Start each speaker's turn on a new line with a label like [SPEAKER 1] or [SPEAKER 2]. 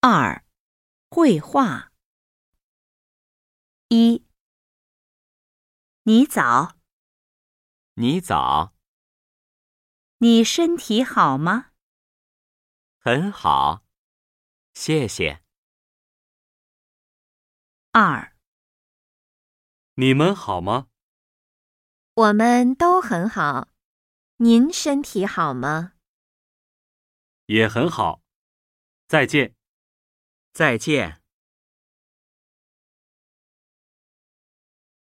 [SPEAKER 1] 二、绘画。一，你早，
[SPEAKER 2] 你早，
[SPEAKER 1] 你身体好吗？
[SPEAKER 2] 很好，谢谢。
[SPEAKER 1] 二，
[SPEAKER 2] 你们好吗？
[SPEAKER 3] 我们都很好，您身体好吗？
[SPEAKER 2] 也很好，再见。再见。